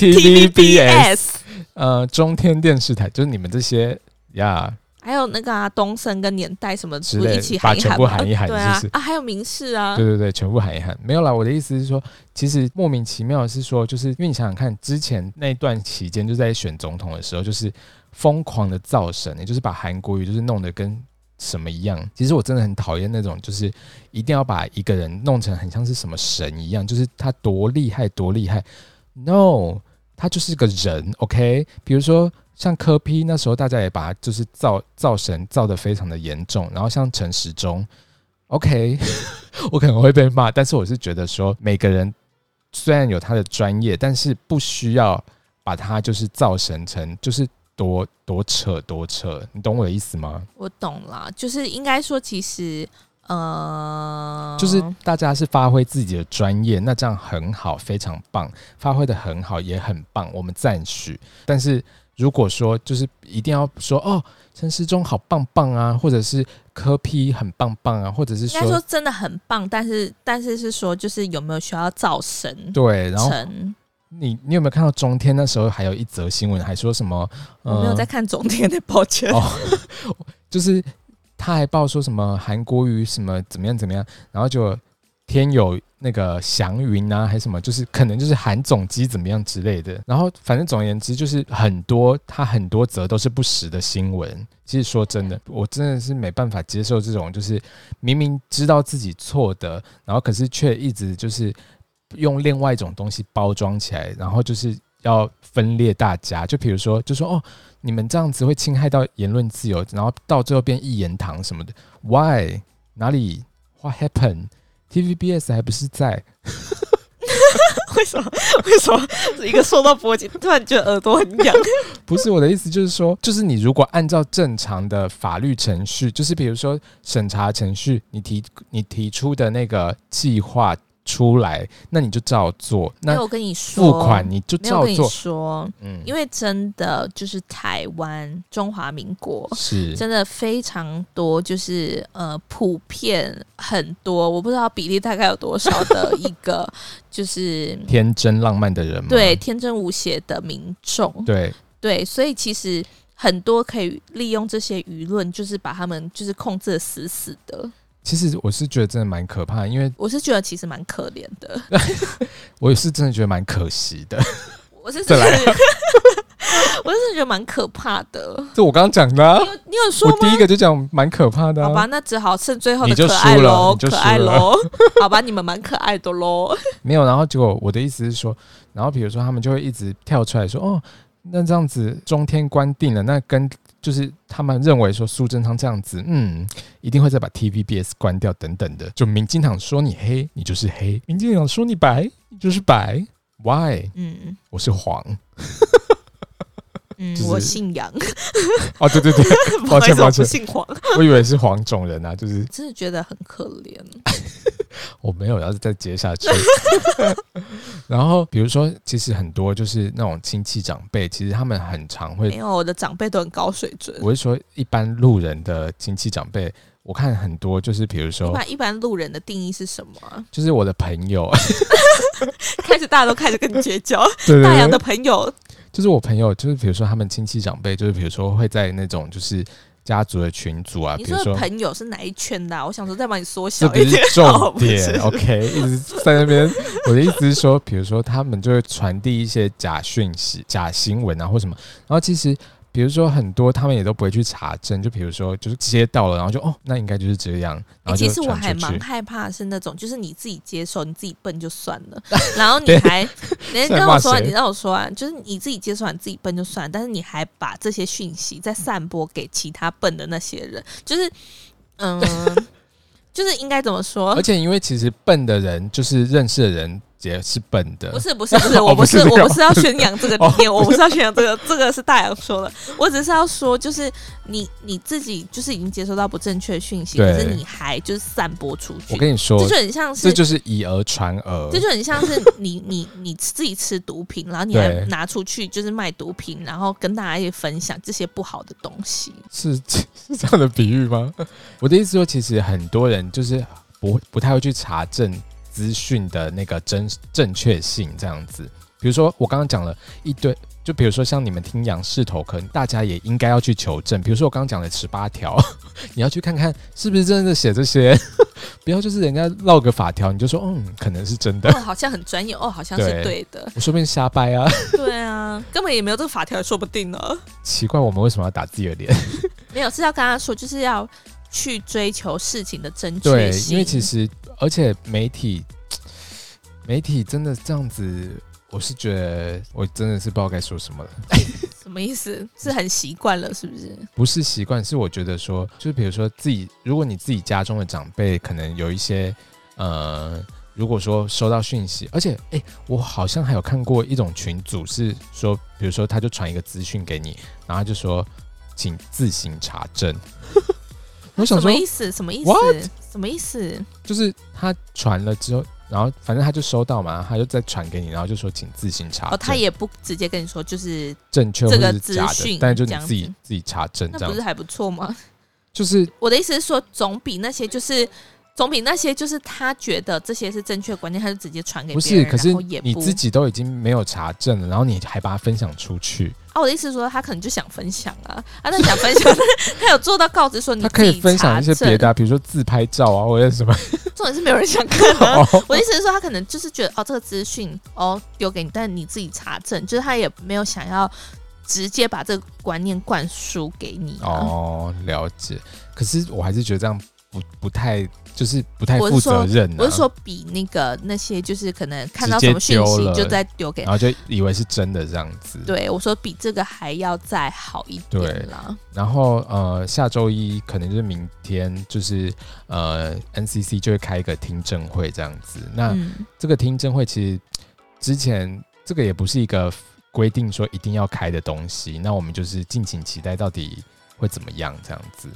[SPEAKER 1] TVBS，
[SPEAKER 2] 呃中天电视台，就是你们这些呀
[SPEAKER 1] 还有那个啊，东升跟年代什么
[SPEAKER 2] 之
[SPEAKER 1] 不
[SPEAKER 2] 类
[SPEAKER 1] 是
[SPEAKER 2] 的
[SPEAKER 1] 一起
[SPEAKER 2] 把
[SPEAKER 1] 喊一
[SPEAKER 2] 全
[SPEAKER 1] 喊
[SPEAKER 2] 部
[SPEAKER 1] 吗？
[SPEAKER 2] 喊一喊
[SPEAKER 1] 对啊
[SPEAKER 2] 就是
[SPEAKER 1] 啊，还有民事啊
[SPEAKER 2] 对，对对，全部喊一喊。没有啦，我的意思是说，其实莫名其妙的是说，就是因为你想想看，之前那段期间就在选总统的时候，就是疯狂的造神，也就是把韩国语就是弄得跟什么一样。其实我真的很讨厌那种，就是一定要把一个人弄成很像是什么神一样，就是他多厉害多厉害。No，他就是个人，OK。比如说像柯 P 那时候，大家也把他就是造造神造的非常的严重，然后像陈时中，OK，我可能会被骂，但是我是觉得说每个人虽然有他的专业，但是不需要把他就是造神成就是多多扯多扯，你懂我的意思吗？
[SPEAKER 1] 我懂啦，就是应该说，其实呃，
[SPEAKER 2] 就是大家是发挥自己的专业，那这样很好，非常棒，发挥的很好也很棒，我们赞许。但是如果说就是一定要说哦，陈世忠好棒棒啊，或者是柯 P 很棒棒啊，或者是
[SPEAKER 1] 应该说
[SPEAKER 2] 说
[SPEAKER 1] 真的很棒，但是但是是说，就是有没有需要造神
[SPEAKER 2] 对，然后
[SPEAKER 1] 成？
[SPEAKER 2] 你你有没有看到中天那时候还有一则新闻，还说什么？
[SPEAKER 1] 我没有在看总天的，抱歉。
[SPEAKER 2] 呃哦就是他还报说什么韩国瑜什么怎么样怎么样，然后就天有那个祥云啊，还是什么，就是可能就是韩总机怎么样之类的。然后反正总而言之，就是很多他很多则都是不实的新闻。其实说真的，我真的是没办法接受这种，就是明明知道自己错的，然后可是却一直就是用另外一种东西包装起来，然后就是。要分裂大家，就比如说，就说哦，你们这样子会侵害到言论自由，然后到最后变一言堂什么的。Why？哪里？What happened？TVBS 还不是在？
[SPEAKER 1] 为什么？ <laughs> 为什么一个说到脖颈，突然觉得耳朵很痒？
[SPEAKER 2] 不是我的意思，就是说， <laughs> 就是你如果按照正常的法律程序，就是比如说审查程序，你提你提出的那个计划出来，那你就照做。
[SPEAKER 1] 没
[SPEAKER 2] <laughs> 那
[SPEAKER 1] 有跟你说，
[SPEAKER 2] 付款你就
[SPEAKER 1] 没有
[SPEAKER 2] 照
[SPEAKER 1] 跟你
[SPEAKER 2] 做。
[SPEAKER 1] 说，
[SPEAKER 2] 嗯，
[SPEAKER 1] 因为真的就是台湾中华民国。
[SPEAKER 2] 是
[SPEAKER 1] 真的非常多，就是呃，普遍很多，我不知道比例大概有多少的一个， <laughs> 就是
[SPEAKER 2] 天真浪漫的人嘛。
[SPEAKER 1] 对天真无邪的民众，
[SPEAKER 2] 嗯对，
[SPEAKER 1] 对，所以其实很多可以利用这些舆论，就是把他们就是控制的死死的。
[SPEAKER 2] 其实我是觉得真的蛮可怕的，因为
[SPEAKER 1] 我是觉得其实蛮可怜的，
[SPEAKER 2] 我也是真的觉得蛮可惜的。
[SPEAKER 1] <laughs> 我是
[SPEAKER 2] 再
[SPEAKER 1] 真的
[SPEAKER 2] 来，
[SPEAKER 1] <laughs> 我是觉得蛮可怕的。
[SPEAKER 2] 这我刚刚讲的啊、
[SPEAKER 1] 你有你有说
[SPEAKER 2] 我
[SPEAKER 1] 吗？
[SPEAKER 2] 第一个就讲蛮可怕的、啊。
[SPEAKER 1] 好吧，那只好剩最后
[SPEAKER 2] 你
[SPEAKER 1] 的
[SPEAKER 2] 就
[SPEAKER 1] 可爱
[SPEAKER 2] 输了
[SPEAKER 1] 喽，
[SPEAKER 2] 你就
[SPEAKER 1] 可
[SPEAKER 2] 输
[SPEAKER 1] 爱
[SPEAKER 2] 了
[SPEAKER 1] 喽。好吧，你们蛮可爱的喽。
[SPEAKER 2] 没有，然后结果我的意思是说，然后比如说他们就会一直跳出来说，哦，那这样子中天关定了，那跟就是他们认为说苏贞昌这样子，嗯，一定会再把 TVBS 关掉等等的。就民进党说你黑，你就是黑；民进党说你白，你就是白。Why？
[SPEAKER 1] 嗯
[SPEAKER 2] 我是黄。
[SPEAKER 1] 嗯，
[SPEAKER 2] 就是
[SPEAKER 1] 我姓
[SPEAKER 2] <laughs>
[SPEAKER 1] 杨，
[SPEAKER 2] 哦，对对对，
[SPEAKER 1] 不
[SPEAKER 2] 抱
[SPEAKER 1] 好意
[SPEAKER 2] 歉
[SPEAKER 1] 思，我
[SPEAKER 2] 抱
[SPEAKER 1] 不
[SPEAKER 2] 歉，
[SPEAKER 1] 姓黄，
[SPEAKER 2] 我以为是黄种人啊，就是
[SPEAKER 1] 真的觉得很可怜。
[SPEAKER 2] 哎我没有要再接下 <laughs> 去。然后比如说，其实很多就是那种亲戚长辈，其实他们很常会
[SPEAKER 1] 没有，我的长辈都很高水准。
[SPEAKER 2] 我是说，一般路人的亲戚长辈，我看很多就是，比如
[SPEAKER 1] 一
[SPEAKER 2] 说，
[SPEAKER 1] 般一般路人的定义是什么啊？ <laughs>
[SPEAKER 2] 就是我的朋友，
[SPEAKER 1] 开始大家都开始跟你结交，
[SPEAKER 2] <laughs> 对
[SPEAKER 1] 大洋
[SPEAKER 2] 对
[SPEAKER 1] 的
[SPEAKER 2] 对，
[SPEAKER 1] 朋友
[SPEAKER 2] 就是我朋友，就是比如说他们亲戚长辈，就是比如说会在那种就是家族的群组啊，
[SPEAKER 1] 你
[SPEAKER 2] 比如
[SPEAKER 1] 说的
[SPEAKER 2] 说。
[SPEAKER 1] 朋友是哪一圈的啊、我想说再帮你缩
[SPEAKER 2] 这
[SPEAKER 1] 小
[SPEAKER 2] 不
[SPEAKER 1] 一
[SPEAKER 2] 是
[SPEAKER 1] 点，好
[SPEAKER 2] 重
[SPEAKER 1] 不是
[SPEAKER 2] 点，OK？一直在那边，我的意思是说，比如说他们就会传递一些假讯息、假新闻啊，或什么。然后其实，比如说很多他们也都不会去查证，就比如说就是接到了，然后就哦，那应该就是这样，
[SPEAKER 1] 哎、
[SPEAKER 2] 然后就
[SPEAKER 1] 其实
[SPEAKER 2] 传
[SPEAKER 1] 我
[SPEAKER 2] 出去。
[SPEAKER 1] 还蛮害怕的是那种，就是你自己接受，你自己笨就算
[SPEAKER 2] <laughs>
[SPEAKER 1] 了，然后你
[SPEAKER 2] 对
[SPEAKER 1] 还，人家
[SPEAKER 2] 在
[SPEAKER 1] 跟
[SPEAKER 2] 骂
[SPEAKER 1] 我说，
[SPEAKER 2] 谁
[SPEAKER 1] 你让我说啊，就是你自己接受，你自己笨就算了，但是你还把这些讯息再散播给其他笨的那些人，就是，
[SPEAKER 2] <laughs>
[SPEAKER 1] 嗯、就是应该怎么说
[SPEAKER 2] 而？且因为其实笨的人，就是认识的人也是笨的
[SPEAKER 1] 不，是不是不是，
[SPEAKER 2] 哦
[SPEAKER 1] 我
[SPEAKER 2] 不
[SPEAKER 1] 不
[SPEAKER 2] 是哦
[SPEAKER 1] 是
[SPEAKER 2] 这个
[SPEAKER 1] 我不是要宣扬这个理念，我不是要宣扬这
[SPEAKER 2] <laughs>
[SPEAKER 1] 个，这个是大洋说的，我只是要说，就是你你自己就是已经接收到不正确讯息，
[SPEAKER 2] 对
[SPEAKER 1] 可是你还就是散播出去
[SPEAKER 2] 我，跟你说
[SPEAKER 1] 这，就很像
[SPEAKER 2] 这
[SPEAKER 1] 是。
[SPEAKER 2] 就是以讹传讹
[SPEAKER 1] 这。就很像是你 <laughs> 你你自己吃毒品，然后你
[SPEAKER 2] 对
[SPEAKER 1] 还拿出去就是卖毒品，然后跟大家一起分享这些不好的东
[SPEAKER 2] <laughs>
[SPEAKER 1] 西。
[SPEAKER 2] 是是这样的比喻吗？ <laughs> 我的意思说，其实很多人就是不不太会去查证资讯的那个真正确性，这样子。比如说我刚刚讲了一堆，就比如说像你们听杨氏头，可能大家也应该要去求证。比如说我刚刚讲的十八条， <laughs> 你要去看看是不是真的写这些， <laughs> 不要就是人家落个法条，你就说嗯，可能是真的 <laughs>
[SPEAKER 1] 哦，，好像很专业哦，好像是
[SPEAKER 2] 对，
[SPEAKER 1] 对的
[SPEAKER 2] 我说不定瞎掰啊。 <laughs>
[SPEAKER 1] 对啊，根本也没有这个法条，也说不定呢。
[SPEAKER 2] 奇怪，我们为什么要打自己的脸？
[SPEAKER 1] 没有是要跟他说，就是要去追求事情的正确
[SPEAKER 2] 对，
[SPEAKER 1] 性。
[SPEAKER 2] 因为其实而且媒体，媒体真的这样子，我是觉得我真的是不知道该说什么了。
[SPEAKER 1] 什么意思？是很习惯了，是不是？
[SPEAKER 2] 不是习惯，是我觉得说，就是比如说自己，如果你自己家中的长辈可能有一些，呃，如果说收到讯息，而且，诶，我好像还有看过一种群组是说，比如说他就传一个资讯给你，然后他就说，请自行查证。我想
[SPEAKER 1] 什
[SPEAKER 2] 说
[SPEAKER 1] 么，意思？什么意思
[SPEAKER 2] What？
[SPEAKER 1] 什么意思？
[SPEAKER 2] 就是他传了之后，然后反正他就收到嘛，他就再传给你，然后就说请自行查证，
[SPEAKER 1] 哦，他也不直接跟你说，就是
[SPEAKER 2] 正确或
[SPEAKER 1] 这个
[SPEAKER 2] 者是假
[SPEAKER 1] 资
[SPEAKER 2] 的
[SPEAKER 1] 讯，
[SPEAKER 2] 但是就
[SPEAKER 1] 这
[SPEAKER 2] 你
[SPEAKER 1] 样
[SPEAKER 2] 自己
[SPEAKER 1] 子
[SPEAKER 2] 自己查证
[SPEAKER 1] 那
[SPEAKER 2] 这样
[SPEAKER 1] 不是，还不错吗？
[SPEAKER 2] 就是
[SPEAKER 1] 我的意思是说，总比那些就是。总比那些就是他觉得这些是正确的观念，他就直接传给
[SPEAKER 2] 不
[SPEAKER 1] 别
[SPEAKER 2] 是，
[SPEAKER 1] 人，
[SPEAKER 2] 可是
[SPEAKER 1] 然后也不
[SPEAKER 2] 你自己都已经没有查证了，然后你还把它分享出去，
[SPEAKER 1] 啊，我的意思是说，他可能就想分享啊，啊，那想分享， <laughs> 他有做到告知说你
[SPEAKER 2] 他
[SPEAKER 1] 嗯
[SPEAKER 2] 可
[SPEAKER 1] 自
[SPEAKER 2] 以
[SPEAKER 1] 己
[SPEAKER 2] 分享一些
[SPEAKER 1] 查证
[SPEAKER 2] 别的、啊，比如说自拍照啊，或者
[SPEAKER 1] <laughs>
[SPEAKER 2] 什么。
[SPEAKER 1] 重点是没有人想看、
[SPEAKER 2] <laughs>
[SPEAKER 1] 啊。
[SPEAKER 2] 哦
[SPEAKER 1] 我的意思是说，他可能就是觉得哦，这个资讯哦丢给你，但你自己查证，就是他也没有想要直接把这个观念灌输给你、啊。
[SPEAKER 2] 哦，了解。可是我还是觉得这样不不太，就是不太
[SPEAKER 1] 我
[SPEAKER 2] 负
[SPEAKER 1] 是说
[SPEAKER 2] 责任、啊。
[SPEAKER 1] 我是说，比那个那些就是可能看到
[SPEAKER 2] 直接
[SPEAKER 1] 什么讯
[SPEAKER 2] 丢
[SPEAKER 1] 息
[SPEAKER 2] 了
[SPEAKER 1] 就再丢给
[SPEAKER 2] 然，后就以为是真的这样子。
[SPEAKER 1] 对我说比这个还要再好一
[SPEAKER 2] 对
[SPEAKER 1] 点啦。
[SPEAKER 2] 然后呃，下周一可能就是明天，就是呃，NCC 就会开一个听证会这样子。那、
[SPEAKER 1] 嗯，
[SPEAKER 2] 这个听证会其实之前这个也不是一个规定说一定要开的东西，那我们就是敬请期待到底会怎么样这样子。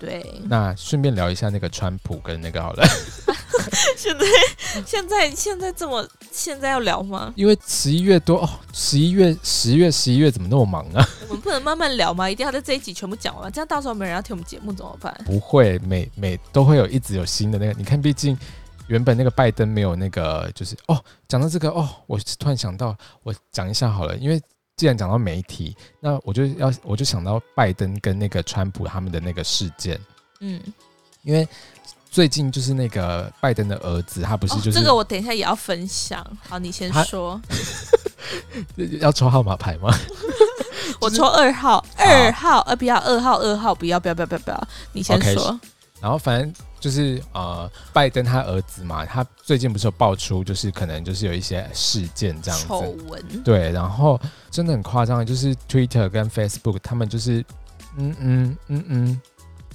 [SPEAKER 1] 对。
[SPEAKER 2] 那顺便聊一下那个川普跟那个好了，
[SPEAKER 1] <laughs>
[SPEAKER 2] <laughs>
[SPEAKER 1] 现在现在现在这么现在要聊吗？
[SPEAKER 2] 因为十一月多哦，十一月、十月、十一月怎么那么忙啊？
[SPEAKER 1] 我们不能慢慢聊吗？一定要在这一集全部讲完吗，这样到时候没人要听我们节目怎么办？
[SPEAKER 2] 不会，每每都会有一直有新的那个，你看，毕竟。原本那个拜登没有那个，就是哦，讲到这个哦，我突然想到，我讲一下好了，因为既然讲到媒体，那我就要我就想到拜登跟那个川普他们的那个事件，
[SPEAKER 1] 嗯，
[SPEAKER 2] 因为最近就是那个拜登的儿子，他不是就
[SPEAKER 1] 哦、
[SPEAKER 2] 是
[SPEAKER 1] 这个我等一下也要分享。好，你先
[SPEAKER 2] 他
[SPEAKER 1] 说。
[SPEAKER 2] 要抽号码 <laughs> 牌吗？
[SPEAKER 1] 我抽二号，二号，呃，不要二号，二号，不要，不要，不要，不要，不要。你先
[SPEAKER 2] OK，
[SPEAKER 1] 说。
[SPEAKER 2] 然后反正就是呃，拜登他儿子嘛，他最近不是有爆出就是可能就是有一些事件这样
[SPEAKER 1] 丑
[SPEAKER 2] 子，
[SPEAKER 1] 闻，
[SPEAKER 2] 对，然后真的很夸张，就是 Twitter 跟 Facebook 他们就是嗯嗯嗯嗯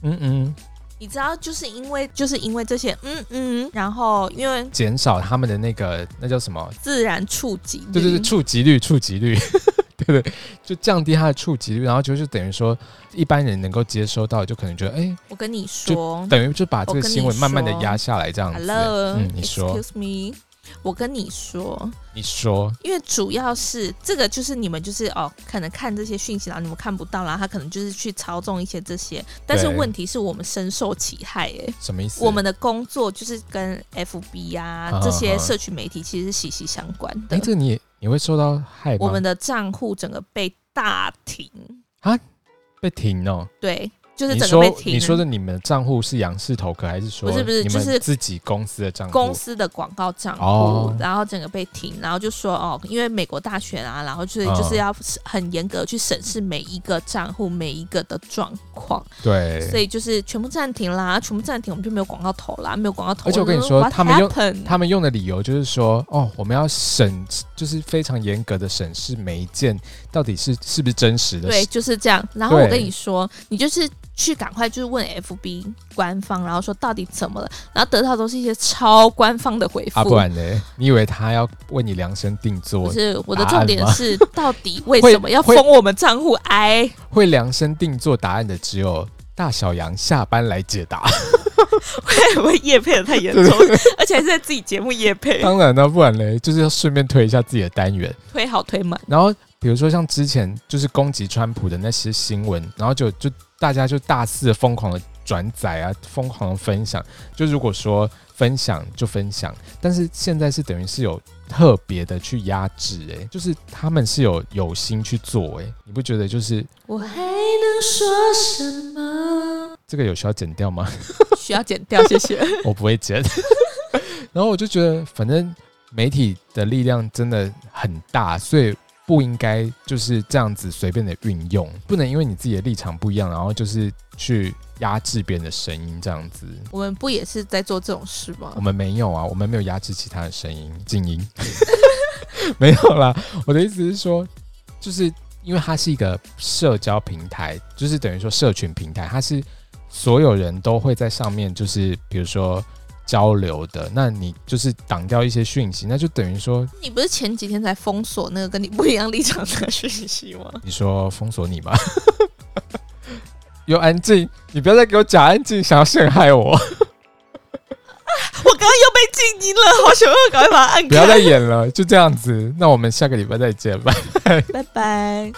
[SPEAKER 2] 嗯嗯，
[SPEAKER 1] 你知道，就是因为就是因为这些，嗯嗯，然后因为
[SPEAKER 2] 减少他们的那个那叫什么
[SPEAKER 1] 自然触及率，
[SPEAKER 2] 对对对，触及率，触及率， <laughs> 对对，就降低它的触及率，然后就就等于说一般人能够接收到，就可能觉得哎、
[SPEAKER 1] 我跟你说
[SPEAKER 2] 等于就把这
[SPEAKER 1] 我
[SPEAKER 2] 个
[SPEAKER 1] 跟
[SPEAKER 2] 新闻
[SPEAKER 1] 你
[SPEAKER 2] 慢慢的
[SPEAKER 1] 说
[SPEAKER 2] 压下来这样子。
[SPEAKER 1] ，Hello，、
[SPEAKER 2] 嗯，你说，
[SPEAKER 1] ，Excuse me，我跟你说，
[SPEAKER 2] 你说，
[SPEAKER 1] 因为主要是这个，就是你们就是哦，可能看这些讯息，然后你们看不到，然后他可能就是去操纵一些这些，但是
[SPEAKER 2] 对
[SPEAKER 1] 问题是我们深受其害、欸，
[SPEAKER 2] 什么意思？
[SPEAKER 1] 我们的工作就是跟 FB 啊
[SPEAKER 2] 啊
[SPEAKER 1] 这些社群媒体其实是息息相关
[SPEAKER 2] 哎、
[SPEAKER 1] 的。
[SPEAKER 2] 这个你也你会受到害吗？
[SPEAKER 1] 我们的账户整个被大停，
[SPEAKER 2] 被停哦。
[SPEAKER 1] 对，就是
[SPEAKER 2] 你
[SPEAKER 1] 整个被
[SPEAKER 2] 说
[SPEAKER 1] 停。
[SPEAKER 2] 你说的你们的账户是杨氏头壳，还是说
[SPEAKER 1] 不是不是
[SPEAKER 2] 你
[SPEAKER 1] 就
[SPEAKER 2] 们
[SPEAKER 1] 是
[SPEAKER 2] 自己公司的账户？
[SPEAKER 1] 公司的广告账户，
[SPEAKER 2] 哦
[SPEAKER 1] 然后整个被停，然后就说哦，因为美国大选啊，然后就是、
[SPEAKER 2] 嗯
[SPEAKER 1] 就是要很严格去审视每一个账户每一个的状况，所
[SPEAKER 2] 对，
[SPEAKER 1] 以就是全部暂停啦，全部暂停，我们就没有广告投啦，没有广告投。
[SPEAKER 2] 而且我跟你
[SPEAKER 1] 就
[SPEAKER 2] 说
[SPEAKER 1] what
[SPEAKER 2] 他们又
[SPEAKER 1] happened？
[SPEAKER 2] 他们用的理由就是说，哦，我们要审，就是非常严格的审视每一件到底是是不是真实的
[SPEAKER 1] 对，
[SPEAKER 2] 事。
[SPEAKER 1] 就是这样。然后我
[SPEAKER 2] 对
[SPEAKER 1] 跟你说，你就是去赶快就是问 FB 官方，然后说到底怎么了，然后得到都是一些超官方的回复。
[SPEAKER 2] 啊，不然呢？你以为他要为你量身定
[SPEAKER 1] 不
[SPEAKER 2] 做，
[SPEAKER 1] 是我的
[SPEAKER 2] 答
[SPEAKER 1] 重
[SPEAKER 2] 案
[SPEAKER 1] 点
[SPEAKER 2] 吗
[SPEAKER 1] 是，到底为
[SPEAKER 2] 会
[SPEAKER 1] 什么要
[SPEAKER 2] 会
[SPEAKER 1] 封我们账户？哎，
[SPEAKER 2] 会量身定做答案的只有大小杨下班来解答。 <laughs>
[SPEAKER 1] 我叶配的太严重，而且还是在自己节目叶配，
[SPEAKER 2] 当然了，不然嘞，就是要顺便推一下自己的单元。
[SPEAKER 1] 推好推满。
[SPEAKER 2] 然后比如说像之前就是攻击川普的那些新闻，然后就就大家就大肆地疯狂的转载啊，疯狂的分享。就如果说分享就分享，但是现在是等于是有特别的去压制、欸，诶，就是他们是有有心去做、欸，诶，你不觉得就是
[SPEAKER 1] 我
[SPEAKER 3] 还能说什么？
[SPEAKER 2] 这个有需要剪掉吗？
[SPEAKER 1] 需要剪掉，谢谢。 <laughs>
[SPEAKER 2] 我不会剪。 <laughs> 然后我就觉得，反正媒体的力量真的很大，所以不应该就是这样子随便的运用，不能因为你自己的立场不一样，然后就是去压制别人的声音这样子。
[SPEAKER 1] 我们不也是在做这种事吗
[SPEAKER 2] 我？们没有啊，我们没有压制其他的声音，静音。 <laughs> 没有啦，我的意思是说，就是因为它是一个社交平台，就是等于说社群平台，它是所有人都会在上面，就是比如说交流的。那你就是挡掉一些讯息，那就等于说，
[SPEAKER 1] 你不是前几天才封锁那个跟你不一样立场的讯息吗？
[SPEAKER 2] 你说封锁你吧。 <laughs> 有安静，你不要再给我假安静，想要陷害我，
[SPEAKER 1] 我刚刚又被静音了，好想要赶快把它按
[SPEAKER 2] 不要再演了，就这样子。那我们下个礼拜再见，拜。
[SPEAKER 1] 拜拜。